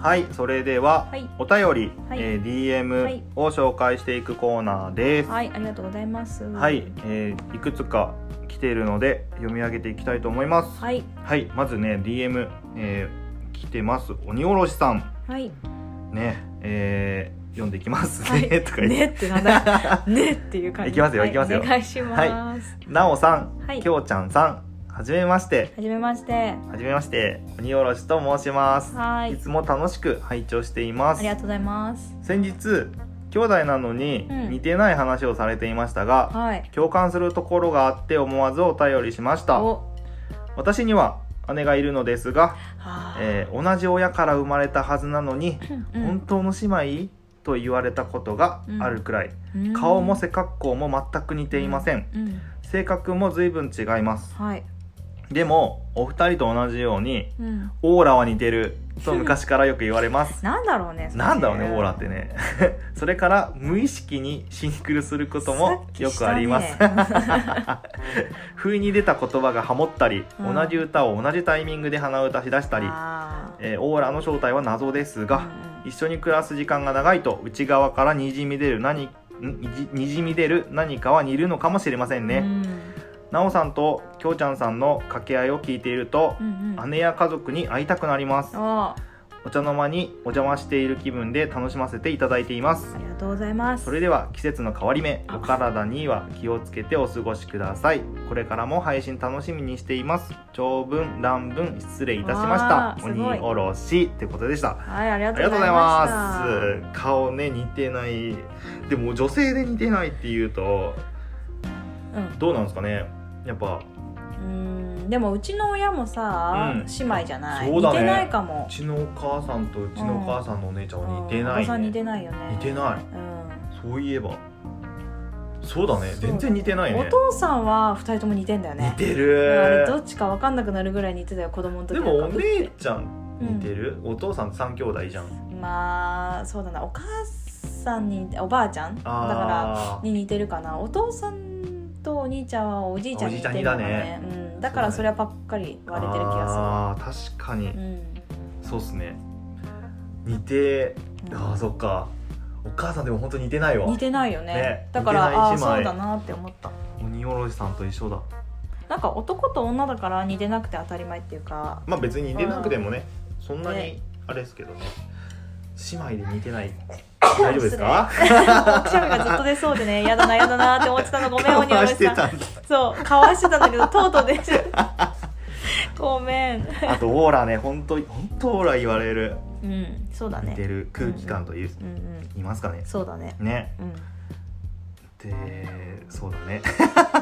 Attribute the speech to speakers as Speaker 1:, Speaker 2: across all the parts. Speaker 1: はい、それでは、
Speaker 2: はい
Speaker 1: お便り、
Speaker 2: はい
Speaker 1: えー
Speaker 2: は
Speaker 1: DM
Speaker 2: い
Speaker 1: を紹介していくコーナーです。は
Speaker 2: はい、ありがとうございます。
Speaker 1: い、えーいくつか来ているので読み上げていきたいと思います。はい、
Speaker 2: はい、
Speaker 1: まずね DM、えー来てます鬼おろしさん
Speaker 2: はい、
Speaker 1: ね、えー読んでいきますね、
Speaker 2: はい
Speaker 1: とか言って、
Speaker 2: ねってなんだ。ねっていう感じ。
Speaker 1: いきますよ
Speaker 2: はい
Speaker 1: きますよ
Speaker 2: お願いします。
Speaker 1: なおさん、
Speaker 2: はい
Speaker 1: きょうちゃんさん、はじめまして。
Speaker 2: はじめまして。
Speaker 1: はじめまして、鬼おろしと申します。
Speaker 2: はいい。
Speaker 1: つも楽しく拝聴していま
Speaker 2: あ
Speaker 1: す
Speaker 2: り。がとうございます。
Speaker 1: 先日、兄弟なのに
Speaker 2: うん
Speaker 1: 似てない話をされていましたが、
Speaker 2: はい。
Speaker 1: 共感するところがあって思わずお便りしました
Speaker 2: お、
Speaker 1: 私には姉がいるのですが、
Speaker 2: は
Speaker 1: えー同じ親から生まれたはずなのに、本当の姉妹と言われたことがあるくらい、
Speaker 2: うん
Speaker 1: 顔も背格好も全く似ていません、
Speaker 2: うん、
Speaker 1: 性格も随分違います
Speaker 2: はい。
Speaker 1: でもお二人と同じように
Speaker 2: うん。
Speaker 1: オーラは似てると昔からよく言われます
Speaker 2: なんだろうね。それ
Speaker 1: なんだろうねオーラって。ね それから無意識にシンクルすることもよくあります
Speaker 2: さっきしたね
Speaker 1: 不意に出た言葉がハモったり、
Speaker 2: うん
Speaker 1: 同じ歌を同じタイミングで鼻歌しだしたり、
Speaker 2: あー
Speaker 1: えーオーラの正体は謎です
Speaker 2: うん
Speaker 1: が、
Speaker 2: うん
Speaker 1: 一緒に暮らす時間が長いと内側からにじみ出る何んにじにじみ出る何かは似るのかもしれません
Speaker 2: う
Speaker 1: ね、
Speaker 2: ん
Speaker 1: なおさんときょうちゃんさんの掛け合いを聞いていると
Speaker 2: う、んうん。
Speaker 1: 姉や家族に会いたくなります
Speaker 2: お、あ
Speaker 1: お茶の間にお邪魔している気分で楽しませていただいています
Speaker 2: りがとうございます。
Speaker 1: それでは季節の変わり目お体には気をつけてお過ごしくださいこれからも配信楽しみにしています長文乱文失礼いたしま
Speaker 2: わ
Speaker 1: し
Speaker 2: ー
Speaker 1: た
Speaker 2: すごい
Speaker 1: 鬼おろしってことでした
Speaker 2: はい、ありが
Speaker 1: あり
Speaker 2: と
Speaker 1: が
Speaker 2: う
Speaker 1: と
Speaker 2: ご
Speaker 1: うご
Speaker 2: ざ
Speaker 1: ざ
Speaker 2: い
Speaker 1: い
Speaker 2: ま
Speaker 1: ます顔ね似てないでも女性で似てないっていうと
Speaker 2: す。うん。
Speaker 1: どうなんですかねやっぱ
Speaker 2: うんでもうちの親もさ、
Speaker 1: うん
Speaker 2: 姉妹じゃない、
Speaker 1: そう
Speaker 2: 似
Speaker 1: だね
Speaker 2: てないかも
Speaker 1: うちのお母さんとうちのお母さんのお姉ちゃんは似て
Speaker 2: うんお
Speaker 1: な
Speaker 2: 子
Speaker 1: い、
Speaker 2: さん
Speaker 1: ね
Speaker 2: 似てないよね
Speaker 1: 似てない
Speaker 2: うん
Speaker 1: そういえばそうだね
Speaker 2: そう
Speaker 1: 全然似てないね
Speaker 2: お父さんは二人とも似てんだよ
Speaker 1: 似
Speaker 2: ね
Speaker 1: て
Speaker 2: あれ
Speaker 1: る
Speaker 2: どっちか分かんなくなるぐらい似てたよ子供の時
Speaker 1: で
Speaker 2: なん
Speaker 1: も
Speaker 2: か
Speaker 1: お姉ちゃん似て
Speaker 2: る、
Speaker 1: る、お父さん三兄弟じゃん
Speaker 2: うんまあそうだなお母さんにおばあちゃんだから
Speaker 1: あー
Speaker 2: に似てるかなお父さんとお兄ちゃんはおじいちゃんに似てるのか
Speaker 1: おじいちゃ
Speaker 2: ね
Speaker 1: ん
Speaker 2: うん、だからそれはばっかり割れてる気が
Speaker 1: あー確かに、
Speaker 2: するうん
Speaker 1: そうっすね似て
Speaker 2: うん
Speaker 1: あーそっかお母さんでも本当に似てないわ
Speaker 2: 似てないよね
Speaker 1: ね
Speaker 2: だからああ
Speaker 1: 似
Speaker 2: ー
Speaker 1: てない
Speaker 2: そ
Speaker 1: う姉妹
Speaker 2: だなって思った
Speaker 1: 鬼おろしさんと一緒だ
Speaker 2: なんか男と女だから似てなくて当たり前っていうか
Speaker 1: まあ別に似てなくてもねそんなに
Speaker 2: ね
Speaker 1: あれですけどね姉妹で似てない大丈夫ですか
Speaker 2: くしゃみがずっと出そうでね嫌だな嫌だなって思ってたのごめんおにおろ
Speaker 1: 回
Speaker 2: し
Speaker 1: して
Speaker 2: さん
Speaker 1: たんだ
Speaker 2: そうかわしてたんだけどとうとう出ちゃったごめん
Speaker 1: あとオーラね本当本当オーラ言われる
Speaker 2: うんそうだ
Speaker 1: 似て
Speaker 2: ね
Speaker 1: る空気感という、
Speaker 2: うんうん
Speaker 1: 言いますかね
Speaker 2: そうだね
Speaker 1: ね
Speaker 2: うん
Speaker 1: でそうだね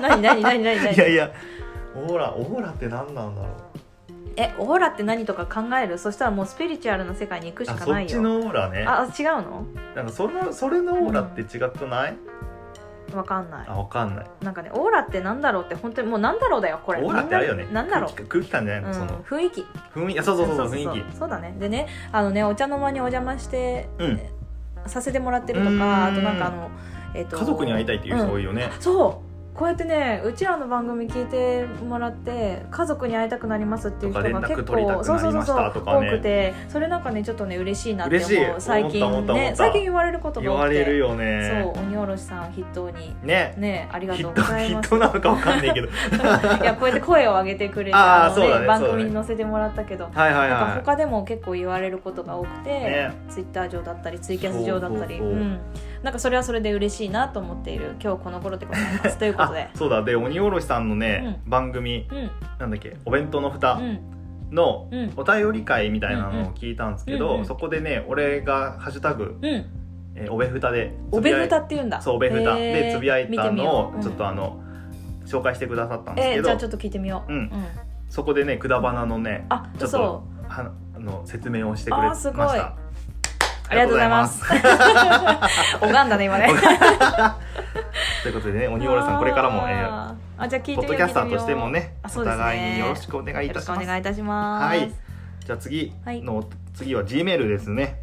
Speaker 2: 何何何何
Speaker 1: いや
Speaker 2: 何
Speaker 1: いやオーラオーラって何なんだろう
Speaker 2: えオーラって何とか考えるそしたらもうスピリチュアルの世界に行くし
Speaker 1: あ
Speaker 2: か
Speaker 1: そ
Speaker 2: な
Speaker 1: っ
Speaker 2: い
Speaker 1: ち
Speaker 2: よ
Speaker 1: のオーラね
Speaker 2: あ違うの
Speaker 1: なんかそのそれのオーラって違くない、
Speaker 2: わかんない
Speaker 1: あわかんない
Speaker 2: なんかねオーラってなんだろうって本当にもうなんだろうだよこれ
Speaker 1: オーラってあるよね
Speaker 2: なんだろう
Speaker 1: 空気空気感じゃないの、
Speaker 2: うん
Speaker 1: その
Speaker 2: 雰囲気
Speaker 1: 雰囲気あそうそうそうそう
Speaker 2: そう
Speaker 1: 雰囲
Speaker 2: そうだねでねあのねお茶の間にお邪魔して
Speaker 1: 気うん
Speaker 2: させてもらってると
Speaker 1: うーん
Speaker 2: かあとなんかあの、えっと
Speaker 1: 家族に会いたいっていう人多いよね、
Speaker 2: そうこうやってねうちらの番組聞いてもらって家族に会いたくなりますっていう人が
Speaker 1: とか連
Speaker 2: 結
Speaker 1: 絡取りた
Speaker 2: 構
Speaker 1: く
Speaker 2: そう
Speaker 1: な
Speaker 2: そう
Speaker 1: り
Speaker 2: そう
Speaker 1: ましたとか
Speaker 2: 多
Speaker 1: ね
Speaker 2: くてそれなんかねちょっとね嬉しいなって
Speaker 1: 嬉しい
Speaker 2: 思う最
Speaker 1: 思っ
Speaker 2: 近
Speaker 1: た思った思っ
Speaker 2: ね
Speaker 1: た
Speaker 2: 最近言われることが
Speaker 1: 言
Speaker 2: 多
Speaker 1: わ
Speaker 2: くて
Speaker 1: れるよね
Speaker 2: そう鬼おろしさんを筆頭に
Speaker 1: ね
Speaker 2: ねありが
Speaker 1: き
Speaker 2: とう
Speaker 1: っ
Speaker 2: ご
Speaker 1: と
Speaker 2: ざい
Speaker 1: き
Speaker 2: ます
Speaker 1: っとなのかわかんない けど
Speaker 2: いやこうやって声を上げてくれて
Speaker 1: あー
Speaker 2: のね
Speaker 1: そうだね
Speaker 2: 番
Speaker 1: そうだ
Speaker 2: 組
Speaker 1: ね
Speaker 2: に載せてもらったけど
Speaker 1: はいはい
Speaker 2: なんか
Speaker 1: はい
Speaker 2: 他でも結構言われることが多くて、
Speaker 1: ね
Speaker 2: ツイッター上だったりツイキャス上だったり
Speaker 1: そうそうそう
Speaker 2: うん、なんかそれはそれで嬉しいなと思っている今日この頃でございます というこ
Speaker 1: あ
Speaker 2: とで
Speaker 1: そうだで鬼おろしさんのね、番組
Speaker 2: うん
Speaker 1: なんだっけお弁当の蓋
Speaker 2: うん
Speaker 1: の
Speaker 2: うん
Speaker 1: お便り会みたいなのを聞いたんですけど、
Speaker 2: うんうん
Speaker 1: そこでね俺が「ハッシュタグ、
Speaker 2: うん
Speaker 1: えーおべふた」で
Speaker 2: おべふた
Speaker 1: い
Speaker 2: っていうんだ
Speaker 1: そうおべふた
Speaker 2: へー
Speaker 1: でつぶやいた
Speaker 2: 見てみ
Speaker 1: の
Speaker 2: ようう
Speaker 1: を
Speaker 2: ん
Speaker 1: ちょっとあの、紹介してくださったんです
Speaker 2: え
Speaker 1: け
Speaker 2: ーじ
Speaker 1: ど、
Speaker 2: ゃあちょっと聞いてみよう、
Speaker 1: うん
Speaker 2: うん、
Speaker 1: そこでねくだばなのね
Speaker 2: あ
Speaker 1: ちょっと
Speaker 2: そ
Speaker 1: はあの説明をしてくれ
Speaker 2: あ
Speaker 1: ま
Speaker 2: ーす
Speaker 1: し
Speaker 2: ご
Speaker 1: た
Speaker 2: いうありがとうございます 拝んだね今ね
Speaker 1: ということでね鬼 おろしさんこれからも、えー
Speaker 2: あーあじゃあ聞いてみよう
Speaker 1: ポッドキャスターとしてもね
Speaker 2: あ
Speaker 1: お
Speaker 2: そうですね
Speaker 1: 互いによろしくお願いいた
Speaker 2: よろ
Speaker 1: し
Speaker 2: しくお
Speaker 1: ます
Speaker 2: 願いいたします
Speaker 1: はいじゃあ次の、次は G メールですね、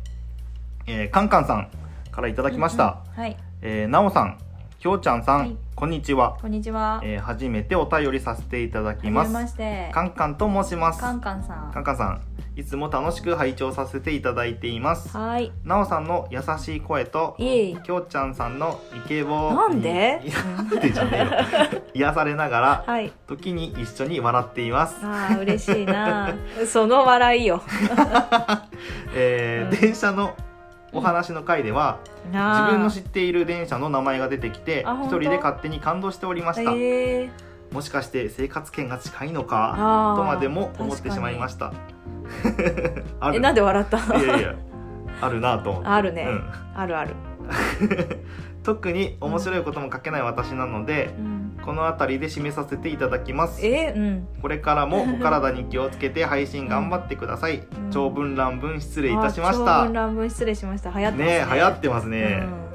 Speaker 1: えー、カンカンさんからいただきました、
Speaker 2: うんうんはい
Speaker 1: えー、なおさん、ひょうちゃんさん、
Speaker 2: はい
Speaker 1: こんにちは、
Speaker 2: こんにちは。
Speaker 1: えー初めてお便りさせていただきま
Speaker 2: はじめますして。
Speaker 1: カンカンと申します
Speaker 2: カ
Speaker 1: カ
Speaker 2: ン
Speaker 1: ン
Speaker 2: カンさん。
Speaker 1: カンさんいつも楽しく拝聴させていただいています
Speaker 2: はい。
Speaker 1: なおさんの優しい声と
Speaker 2: いえいえ
Speaker 1: きょうちゃんさんのイケボ
Speaker 2: なんで
Speaker 1: いやなんでじゃねえ よ癒されながら
Speaker 2: はい。
Speaker 1: 時に一緒に笑っています
Speaker 2: ああ、嬉しい な。その笑いよ。
Speaker 1: えー
Speaker 2: うん
Speaker 1: 電車のお話の回では、
Speaker 2: なあ
Speaker 1: 自分の知っている電車の名前が出てきて
Speaker 2: あ
Speaker 1: 一
Speaker 2: 本当
Speaker 1: 人で勝手に感動しておりました、
Speaker 2: ええ
Speaker 1: もしかして生活圏が近いのか
Speaker 2: ああ。
Speaker 1: とまでも思ってしまいました。あ
Speaker 2: たえ、
Speaker 1: る
Speaker 2: なんで笑った
Speaker 1: いやいやあるなと思って
Speaker 2: あるね、
Speaker 1: うん、
Speaker 2: あるある。
Speaker 1: 特に面白いことも書けない私なので、この辺りで締めさせていただきます
Speaker 2: え、うん。
Speaker 1: これからも お体に気をつけて配信頑張ってください、
Speaker 2: ん
Speaker 1: 長文乱文失礼いたしまし
Speaker 2: あ長
Speaker 1: た
Speaker 2: 文
Speaker 1: ね
Speaker 2: 乱文失礼しました。流行ってますね。
Speaker 1: え流行ってますね、
Speaker 2: うん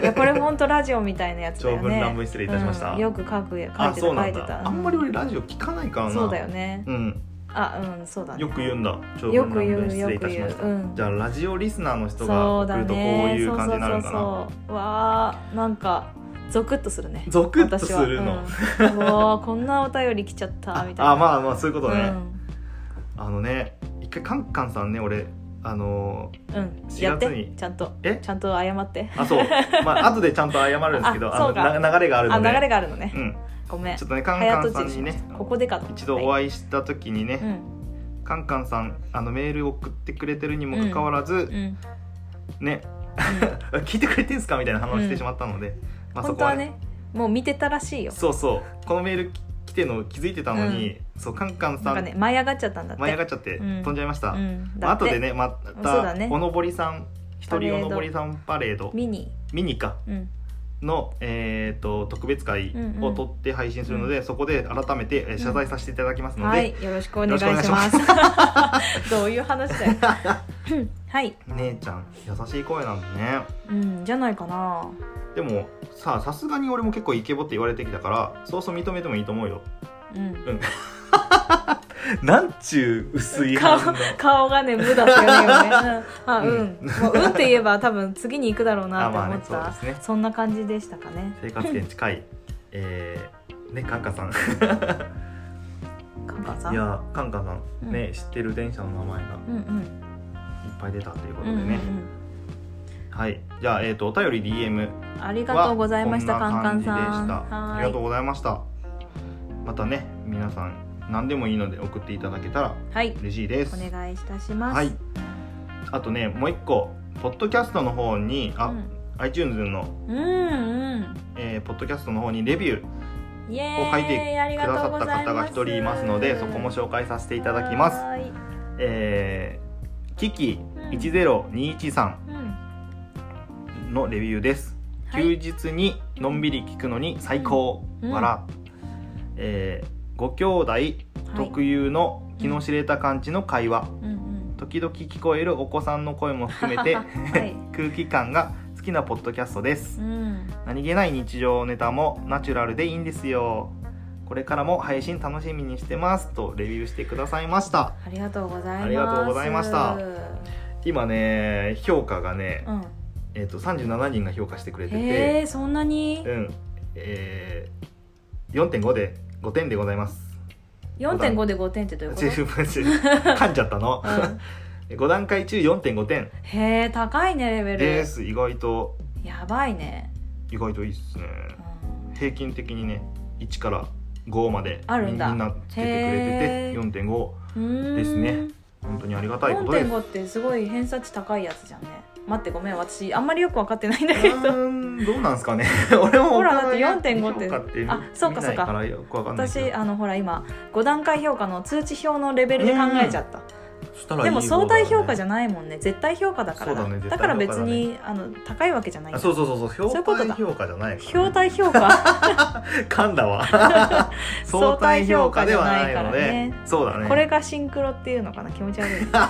Speaker 2: いやこれ本当ラジオみたいなやつだよ
Speaker 1: 長
Speaker 2: ね。
Speaker 1: 文乱文失礼いたしました、
Speaker 2: うんよく書く書いてた
Speaker 1: あそう
Speaker 2: 書
Speaker 1: なん
Speaker 2: いて
Speaker 1: だ
Speaker 2: た。
Speaker 1: あんまり俺
Speaker 2: ラ
Speaker 1: ラジオ聞かないからな
Speaker 2: そうだよね。
Speaker 1: うん
Speaker 2: あうんそうだね。
Speaker 1: よく言うんだ長
Speaker 2: よ
Speaker 1: 文
Speaker 2: く
Speaker 1: 乱
Speaker 2: 言う
Speaker 1: 文失礼いたしま
Speaker 2: よ
Speaker 1: し
Speaker 2: く
Speaker 1: た、
Speaker 2: 言ううん
Speaker 1: じゃあラジオリスナーの人
Speaker 2: そ
Speaker 1: が
Speaker 2: うだ
Speaker 1: 来
Speaker 2: ね
Speaker 1: るとこういう感じになるんかな、
Speaker 2: そうそうそうそうわあなんかゾクッとするね
Speaker 1: ゾクッとするの
Speaker 2: 私 はうん、うわーこんなお便り来ちゃったみたいな
Speaker 1: あまあまあそういうことね、
Speaker 2: うん
Speaker 1: あのね一回カンカンさんね俺あのー
Speaker 2: うん、
Speaker 1: 4
Speaker 2: やっ
Speaker 1: 月
Speaker 2: て
Speaker 1: に
Speaker 2: ちゃんと
Speaker 1: え
Speaker 2: ちゃんと謝って
Speaker 1: あそう まあ後でちゃんと謝るんですけど
Speaker 2: あ
Speaker 1: あ
Speaker 2: そう
Speaker 1: の
Speaker 2: か
Speaker 1: な流れがある
Speaker 2: あ
Speaker 1: の
Speaker 2: 流
Speaker 1: で
Speaker 2: れがあるのね
Speaker 1: うん、
Speaker 2: ごめん
Speaker 1: ちょっとねカンカンさんに
Speaker 2: 早とちりし
Speaker 1: ね
Speaker 2: ましたここでかと思った
Speaker 1: 一度お会いした時にね、
Speaker 2: うん
Speaker 1: カンカンさんあのメール送ってくれてるにもかかわらず、
Speaker 2: うん
Speaker 1: ね 聞いてくれてんすかみたいな話をしてしまったので、まあそこ
Speaker 2: 本当
Speaker 1: は
Speaker 2: は
Speaker 1: ね
Speaker 2: ねもう見てたらしいよ
Speaker 1: そうそうこのメール来てんの気づいてたのに、そうカンカン
Speaker 2: な
Speaker 1: さ
Speaker 2: ん
Speaker 1: ん
Speaker 2: かね舞い上がっちゃったんだって
Speaker 1: 舞い上がっちゃって
Speaker 2: うん
Speaker 1: 飛んじゃいました、
Speaker 2: うん
Speaker 1: まあ
Speaker 2: だって
Speaker 1: 後でねま
Speaker 2: そうだ
Speaker 1: た、
Speaker 2: ね
Speaker 1: おのぼりさん一人おのぼりさんパレード
Speaker 2: 見に
Speaker 1: ミニカ
Speaker 2: うん
Speaker 1: の、えー、と特別会
Speaker 2: うんう
Speaker 1: を
Speaker 2: ん
Speaker 1: 撮って配信するので、そこで改めてえー謝罪させていただきますの
Speaker 2: は
Speaker 1: で、
Speaker 2: いよろしくお願いします
Speaker 1: よろしく
Speaker 2: どういう話だよ はい
Speaker 1: 姉ちゃん優しい声なんだね
Speaker 2: うんじゃないかな
Speaker 1: でもさあさすがに俺も結構イケボって言われてきたからそうそう認めてもいいと思うよ
Speaker 2: うん
Speaker 1: なんちゅう薄い
Speaker 2: 顔
Speaker 1: 反応
Speaker 2: 顔がね無だった よね、うん、あう
Speaker 1: うん
Speaker 2: ん、もううんって言えば多分次に行くだろうな
Speaker 1: あ
Speaker 2: って
Speaker 1: まあ
Speaker 2: 思
Speaker 1: ね
Speaker 2: っ
Speaker 1: そう
Speaker 2: た、
Speaker 1: ですね
Speaker 2: そんな感じでしたかね
Speaker 1: 生活圏近 いえー、ねカンカさん
Speaker 2: カンカンさん
Speaker 1: いやカンカさ
Speaker 2: うん
Speaker 1: んね、知ってる電車の名前がいっ
Speaker 2: うんうん
Speaker 1: ぱい出たというこ
Speaker 2: う
Speaker 1: と
Speaker 2: ん
Speaker 1: で
Speaker 2: うんう
Speaker 1: ね、
Speaker 2: ん
Speaker 1: はいじゃあ、えー、とお便り DM
Speaker 2: あり
Speaker 1: は
Speaker 2: がとうございました
Speaker 1: こ
Speaker 2: カンカン
Speaker 1: んな
Speaker 2: さ
Speaker 1: 感じ
Speaker 2: ん
Speaker 1: でしたありがとう
Speaker 2: は
Speaker 1: ございましたまたね皆さん何でもいいので送っていただけたら
Speaker 2: いはい
Speaker 1: 嬉しいです
Speaker 2: お願いいたします、
Speaker 1: はいあとねもう一個ポッドキャストの方にあ、iTunes の、
Speaker 2: うん、うんうん
Speaker 1: えーポッドキャストの方にレビューく
Speaker 2: イエーイ
Speaker 1: を書いて
Speaker 2: ありが
Speaker 1: だ
Speaker 2: と
Speaker 1: さ
Speaker 2: う
Speaker 1: っ
Speaker 2: ご
Speaker 1: た
Speaker 2: ざ
Speaker 1: 方
Speaker 2: いま
Speaker 1: が
Speaker 2: す
Speaker 1: 一人いますのでそこも紹介させてい
Speaker 2: い
Speaker 1: ただきます
Speaker 2: はい
Speaker 1: えー、キキ
Speaker 2: うん
Speaker 1: 1021さ
Speaker 2: うん
Speaker 1: んのレビューです、
Speaker 2: はい
Speaker 1: 休日にのんびり聞くのに最高、
Speaker 2: うん
Speaker 1: 笑えーご兄弟特有の気の知れた感じの会話、
Speaker 2: うんうん
Speaker 1: 時々聞こえるお子さんの声も含めて、
Speaker 2: はい、
Speaker 1: 空気感が好きなポッドキャストです
Speaker 2: う、ん
Speaker 1: 何気ない日常ネタもナチュラルでいいんですよこれからも配信楽しみにしてますとレビューしてくださいました
Speaker 2: ありがとうございます
Speaker 1: ありがとうございました今ね評価がね、
Speaker 2: うん
Speaker 1: えっと37人が評価してくれて
Speaker 2: へ
Speaker 1: て
Speaker 2: えそんなに
Speaker 1: うんえー、4.5で5点でございます
Speaker 2: 4.5で5点ってどういうこ
Speaker 1: 違う違う違う噛んじゃったの、
Speaker 2: と、うん、
Speaker 1: 5段階中4.5点
Speaker 2: へえ高いねレベル
Speaker 1: です意外と
Speaker 2: やばいね、
Speaker 1: 意外といいっすね
Speaker 2: うん
Speaker 1: 平均的にね1から5まで
Speaker 2: ある
Speaker 1: み
Speaker 2: ん
Speaker 1: ん
Speaker 2: だ
Speaker 1: なつけてくれ
Speaker 2: へ
Speaker 1: て
Speaker 2: ー
Speaker 1: て4.5
Speaker 2: うーん
Speaker 1: ですね本当にありがたいことです
Speaker 2: 4.5ってすごい偏差値高いやつじゃんね待ってごめん私あんまりよく分かってないんだ
Speaker 1: う
Speaker 2: けど
Speaker 1: ーんどうなんすかね 俺も
Speaker 2: ほら
Speaker 1: 他の
Speaker 2: だって4.5って
Speaker 1: 評価って
Speaker 2: あそうかそうか
Speaker 1: 見ないらよくわかんないけど
Speaker 2: 私あのほら今5段階評価の通知表のレベルで考えちゃった、
Speaker 1: そしたら
Speaker 2: でも相対評価じ
Speaker 1: ゃ
Speaker 2: ゃないもんね絶対評価だから
Speaker 1: そうだね絶対
Speaker 2: から
Speaker 1: 評価
Speaker 2: 別
Speaker 1: だね
Speaker 2: にあの高いわけじゃないんだ
Speaker 1: そうそうそうそう
Speaker 2: そうい
Speaker 1: 評
Speaker 2: うことだ
Speaker 1: 価評価じゃないから、
Speaker 2: 表対評価
Speaker 1: 噛んだわ
Speaker 2: 相
Speaker 1: 相
Speaker 2: 対
Speaker 1: 対
Speaker 2: 評
Speaker 1: 評
Speaker 2: 価
Speaker 1: 価
Speaker 2: で
Speaker 1: で
Speaker 2: は
Speaker 1: は
Speaker 2: な
Speaker 1: ないい
Speaker 2: から
Speaker 1: の
Speaker 2: ね
Speaker 1: でそうだね
Speaker 2: これがシンクロっていうのかな気持 ち悪い、うん
Speaker 1: た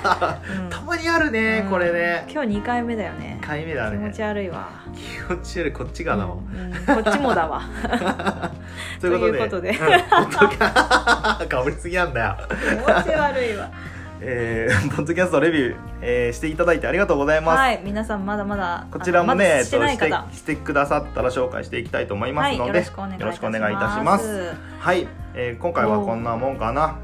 Speaker 1: まにあるね、これね
Speaker 2: 今日2回目だよね
Speaker 1: 1回目だ
Speaker 2: 気
Speaker 1: ね
Speaker 2: 持ち悪いわ
Speaker 1: 気持ちよりこっちがだわ、
Speaker 2: うんうんこっちもだ わ
Speaker 1: ということで
Speaker 2: ということ で
Speaker 1: うん、ポッドキャかぶりすぎなんだよ
Speaker 2: 気持ち悪いわ
Speaker 1: えー、ポッドキャストレビュー、えーしていただいてありがとうござい ます。
Speaker 2: はい皆さんまだまだ
Speaker 1: こちらも
Speaker 2: あの
Speaker 1: ね、
Speaker 2: ま
Speaker 1: え
Speaker 2: だ
Speaker 1: っ
Speaker 2: して
Speaker 1: と
Speaker 2: な
Speaker 1: し
Speaker 2: い
Speaker 1: て
Speaker 2: 方
Speaker 1: してくださったら紹介していきたいと思いま
Speaker 2: は
Speaker 1: す
Speaker 2: い
Speaker 1: ので、
Speaker 2: よろしくお願いいたします
Speaker 1: よろしくお願いいたしますはい、えー今回はこんなもんかな。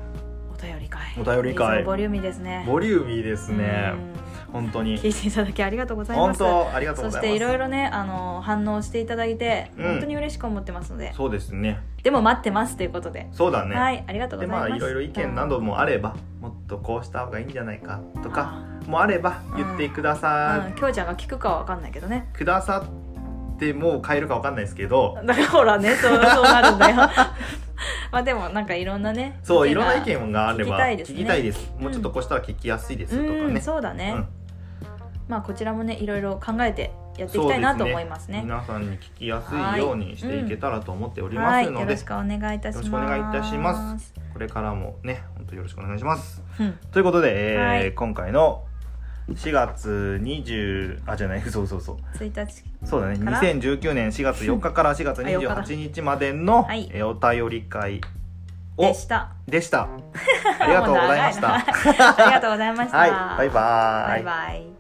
Speaker 2: お便り会
Speaker 1: お便り会
Speaker 2: いつもボリューミーですね
Speaker 1: ボリューミーですね。
Speaker 2: うん
Speaker 1: 本当に。
Speaker 2: 聞いていただきありがとうございま
Speaker 1: 本
Speaker 2: す
Speaker 1: 当ありがとう
Speaker 2: そ
Speaker 1: ござ
Speaker 2: し
Speaker 1: います。
Speaker 2: ていろいろねあの反応していただいて、
Speaker 1: うん
Speaker 2: 本当に嬉しく思ってますので
Speaker 1: そうですね。
Speaker 2: でも待ってますということで、
Speaker 1: そうだね。
Speaker 2: はいありがとうご
Speaker 1: で
Speaker 2: ざいま
Speaker 1: ますあいろいろ意見などもあれば、もっとこうした方がいいんじゃないかとか
Speaker 2: あ
Speaker 1: もあれば言ってくださ、
Speaker 2: ーうん、きょうちゃんが聞くかは分かんないけどね
Speaker 1: くださってもう変えるかわかんないですけど、
Speaker 2: だからほらねそうそうなる んだよまあでもなんかいろんなね
Speaker 1: そういろんな意
Speaker 2: が
Speaker 1: 見があれば
Speaker 2: 聞きたいですね
Speaker 1: 聞きたいです。もうちょっとこうしたら聞きやすいですとかね。
Speaker 2: うんそうだね、
Speaker 1: うん
Speaker 2: まあこちらもねいろいろ考えてやってい
Speaker 1: そう
Speaker 2: き
Speaker 1: です
Speaker 2: たいなと思いますね
Speaker 1: 皆さんに聞きやすいようにしていけたらと思っておりま
Speaker 2: はい
Speaker 1: す
Speaker 2: よ
Speaker 1: の
Speaker 2: ろ
Speaker 1: で、
Speaker 2: しくお願いいたします
Speaker 1: よろしくお願いいたしまこれからもね本当よろしくお願いします。
Speaker 2: うん
Speaker 1: ということで、えー
Speaker 2: はい
Speaker 1: 今回の4月20あじゃない そうそうそう
Speaker 2: 1日
Speaker 1: そうだね
Speaker 2: から
Speaker 1: 2019年4月4日から4月
Speaker 2: あ4
Speaker 1: 28日までの、
Speaker 2: はい
Speaker 1: えーお便り会を
Speaker 2: でした
Speaker 1: で した。ありがとうございまし
Speaker 2: も
Speaker 1: た
Speaker 2: う。長いなありがとうございました
Speaker 1: はい、 バイバ
Speaker 2: バ
Speaker 1: イ
Speaker 2: イ。バイ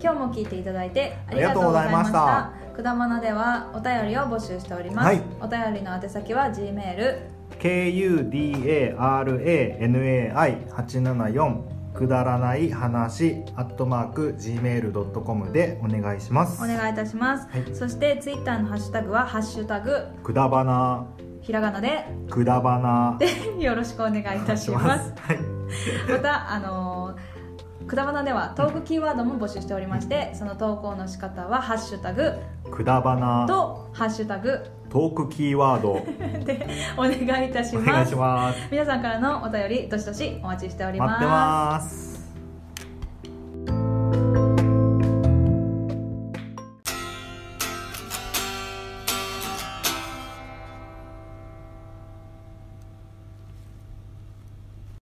Speaker 2: 今日も聞いていただいてありがとうございました
Speaker 1: あ
Speaker 2: くだまなではお便りを募集しております、
Speaker 1: はい
Speaker 2: お便りの宛先は G メール
Speaker 1: kudaranai874 くだらない話アットマーク gmail.com でお願いします
Speaker 2: お願いいたします、
Speaker 1: はい
Speaker 2: そしてツイッターのハッシュタグは「ハッシュタグ
Speaker 1: くだばな
Speaker 2: ひらがなで
Speaker 1: くだばな」
Speaker 2: でよろしくお願いいたします
Speaker 1: はい
Speaker 2: またあのーくだばなではトークキーワードも募集しておりましてその投稿の仕方は「ハッシュタグ
Speaker 1: くだば」な
Speaker 2: と「ハッシュタグ
Speaker 1: トークキーワード」
Speaker 2: でお願いいたし
Speaker 1: お
Speaker 2: ま
Speaker 1: 願い
Speaker 2: す
Speaker 1: します
Speaker 2: 皆さんからのお便りどしどしお待ちしており
Speaker 1: 待
Speaker 2: ま
Speaker 1: っ
Speaker 2: す
Speaker 1: てます